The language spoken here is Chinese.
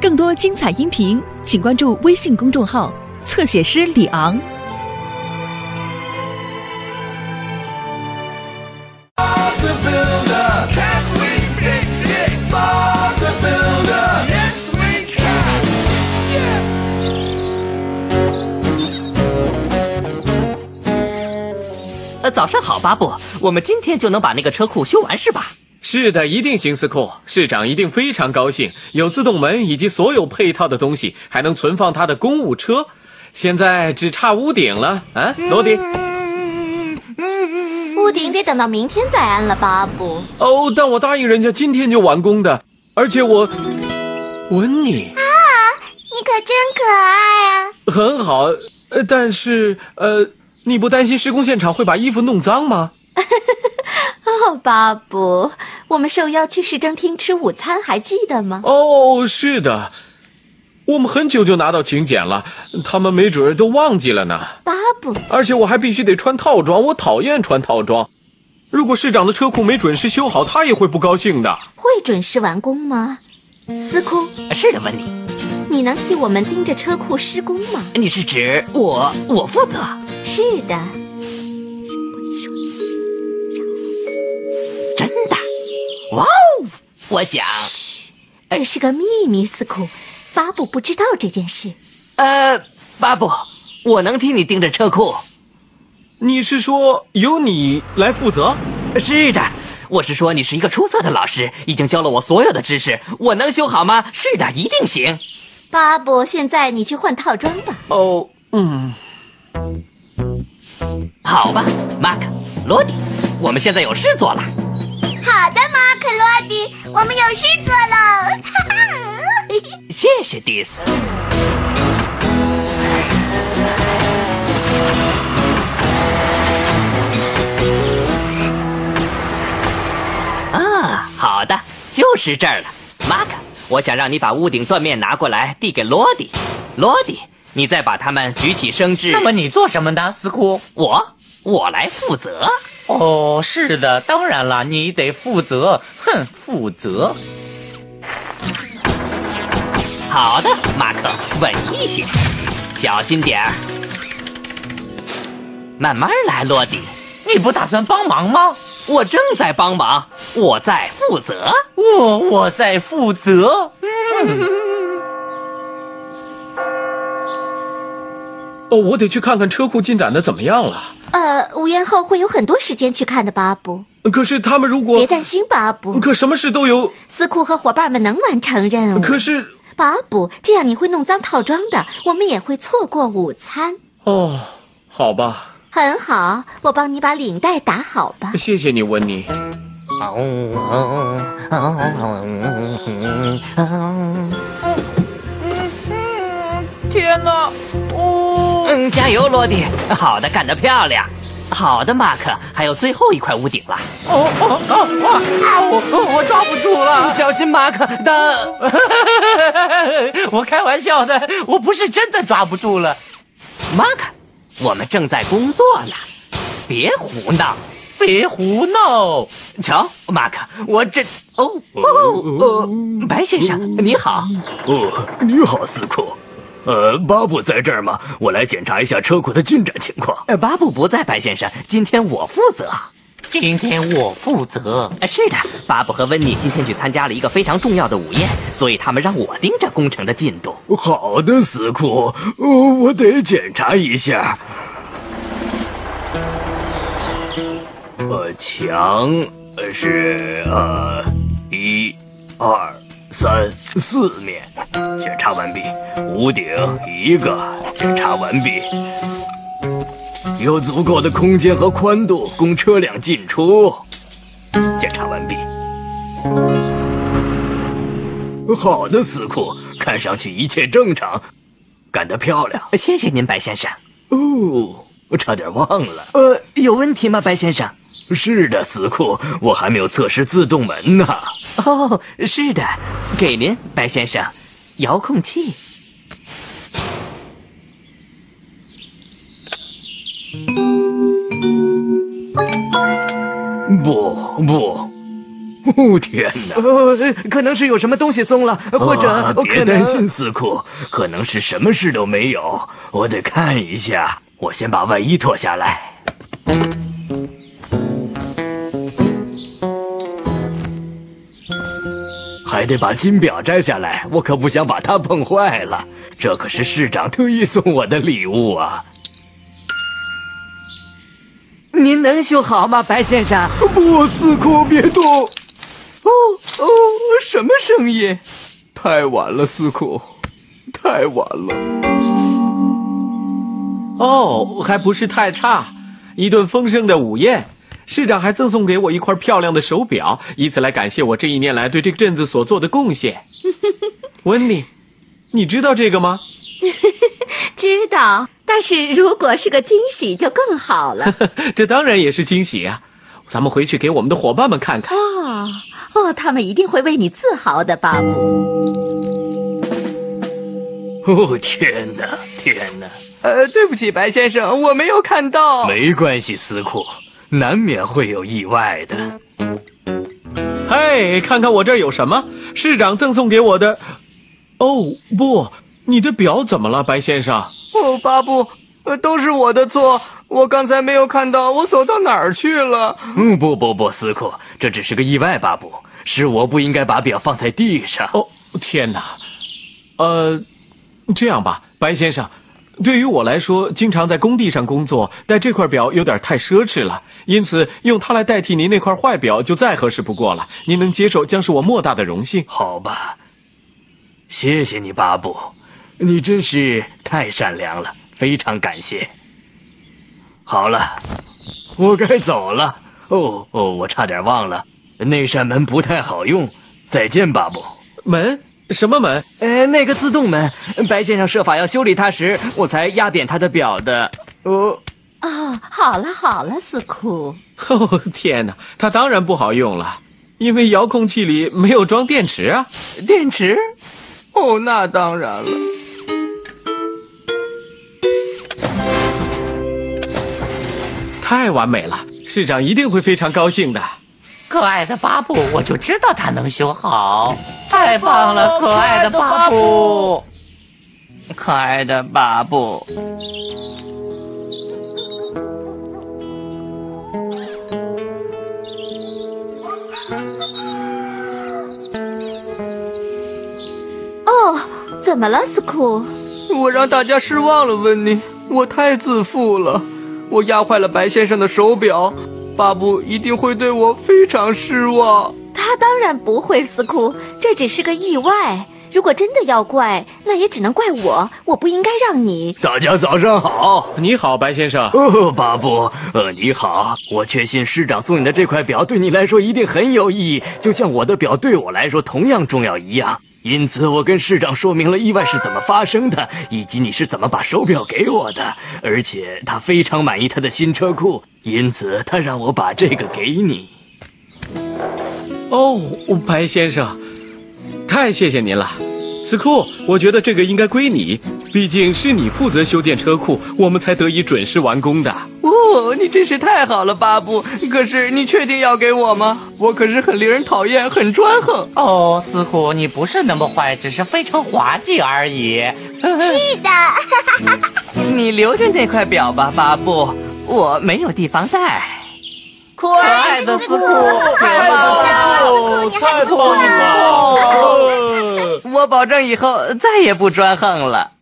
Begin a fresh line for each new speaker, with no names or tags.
更多精彩音频，请关注微信公众号“侧写师李昂”。
Bob the Builder. Can we fix it? Bob the Builder. Yes, we can. Yeah.
呃，早上好，巴布，我们今天就能把那个车库修完是吧？
是的，一定行司库，市长一定非常高兴，有自动门以及所有配套的东西，还能存放他的公务车。现在只差屋顶了啊，罗迪。
屋顶得等到明天再安了，巴布。
哦，但我答应人家今天就完工的，而且我吻你
你可真可爱啊！
很好，呃，但是呃，你不担心施工现场会把衣服弄脏吗？
哦，巴布，我们受邀去市政厅吃午餐，还记得吗？
哦，是的，我们很久就拿到请柬了，他们没准儿都忘记了呢。
巴布，
而且我还必须得穿套装，我讨厌穿套装。如果市长的车库没准时修好，他也会不高兴的。
会准时完工吗？司库，
呃是的，温妮，
你能替我们盯着车库施工吗？
你是指我我负责？
是的，
真的？哇哦！我想，
这是个秘密，司库，巴布不知道这件事。
呃，巴布，我能替你盯着车库。
你是说由你来负责？
是的，我是说你是一个出色的老师，已经教了我所有的知识，我能修好吗？是的，一定行。
巴布，现在你去换套装吧。
哦，嗯，
好吧，马克，罗迪，我们现在有事做了。
好的，马克罗迪，我们有事做喽。
谢谢迪斯。啊，好的，就是这儿了，马克。我想让你把屋顶断面拿过来，递给罗迪。罗迪，你再把它们举起升至。
那么你做什么呢，斯库？
我我来负责。
哦，是的，当然啦，你得负责。哼，负责。
好的，马克，稳一些，小心点儿，慢慢来，罗迪。
你不打算帮忙吗？
我正在帮忙，我在负责。
我哦我在负责。
哦，我得去看看车库进展的怎么样了。
呃，午宴后会有很多时间去看的，巴布，
可是他们如
别
果……
担心，巴布。
可什么事都有。
司库和伙伴们能完成任务。
可是，
巴布，这样你会弄脏套装的，我们也会错过午餐。
哦，好吧，
很好，我帮你把领带打好吧。
谢谢你，温妮。
嗯天哪！哦，
嗯，加油，罗迪！好的，干得漂亮！好的，马克，还有最后一块屋顶了，
哦哦哦哦啊！我我抓不住了，
小心，马克的。
我开玩笑的，我不是真的抓不住了。
马克，我们正在工作呢，别胡闹！
别胡闹！
瞧，马克，我这哦哦呃，白先生你好，
哦，你好，司库。呃，巴布在这儿吗？我来检查一下车库的进展情况。
呃，巴布不在，白先生，今天我负责。啊
今天我负责。
呃是的，巴布和温妮今天去参加了一个非常重要的午宴，所以他们让我盯着工程的进度。
好的，司库，哦，我得检查一下。呃，墙呃是呃一、二、三、四面，检查完毕。屋顶一个，检查完毕。有足够的空间和宽度供车辆进出，检查完毕。好的，司库，看上去一切正常，干得漂亮。
呃谢谢您，白先生。
哦，我差点忘了。
呃，有问题吗，白先生？
是的，司库，我还没有测试自动门呢。
哦，是的，给您，白先生，遥控器。
不不，哦天哪！
呃，可能是有什么东西松了，或者、
啊
哦
别
可
担
能
心，司库，可能是什么事都没有。我得看一下，我先把外衣脱下来。还得把金表摘下来，我可不想把它碰坏了。这可是市长特意送我的礼物啊！
您能修好吗，白先生？
不，司库别动！
哦哦，什么声音？
太晚了，司库，太晚了。
哦，还不是太差。一顿丰盛的午宴，市长还赠送给我一块漂亮的手表，以此来感谢我这一年来对这个镇子所做的贡献。温妮，你知道这个吗？
知道，但是如果是个惊喜就更 好了。
这当然也是惊喜啊！咱们回去给我们的伙伴们看看。
哦哦，他们一定会为你自豪的，巴布。
哦天哪，天哪！
呃，对不起，白先生，我没有看到。
没关系，司库，难免会有意外的。
嘿，看看我这儿有什么？市长赠送给我的……哦不，你的表怎么了，白先生？
哦，巴布，呃，都是我的错，我刚才没有看到，我走到哪儿去了？
嗯，不不不，司库，这只是个意外，巴布，是我不应该把表放在地上。
哦，天哪！呃，这样吧，白先生，对于我来说，经常在工地上工作，戴这块表有点太奢侈了，因此用它来代替您那块坏表就再合适不过了。您能接受，将是我莫大的荣幸。
好吧，谢谢你，巴布，你真是太善良了，非常感谢。好了，我该走了。哦哦，我差点忘了，那扇门不太好用。再见，巴布。
门？什么门？
哎，那个自动门，白先生设法要修理它时，
我才压扁他的表的。
哦，
哦，好了好了，斯库。
哦，天哪，它当然不好用了，因为遥控器里没有装电池啊。
电池？哦，那当然了。
太完美了，市长一定会非常高兴的。
可爱的巴布，我就知道他能修好，太棒了，可爱的巴布，可爱的巴布。
哦，怎么了，斯库？
我让大家失望了，温妮，我太自负了，我压坏了白先生的手表，巴布一定会对我非常失望。
他当然不会，斯库，这只是个意外。如果真的要怪，那也只能怪我，我不应该让你。
大家早上好。
你好，白先生。
哦，巴布，呃，你好，我确信市长送你的这块表对你来说一定很有意义，就像我的表对我来说同样重要一样。因此，我跟市长说明了意外是怎么发生的，以及你是怎么把手表给我的。而且他非常满意他的新车库，因此他让我把这个给你。
哦，白先生，太谢谢您了。斯库，我觉得这个应该归你，毕竟是你负责修建车库，我们才得以准时完工的。
哦，你真是太好了，巴布。可是你确定要给我吗？我可是很令人讨厌，很专横。
哦，斯库，你不是那么坏，只是非常滑稽而已。
是 的，
你留着那块表吧，巴布，我没有地方戴。
可爱的斯库，太棒了，哦太棒了！
我保证以后再也不专横了。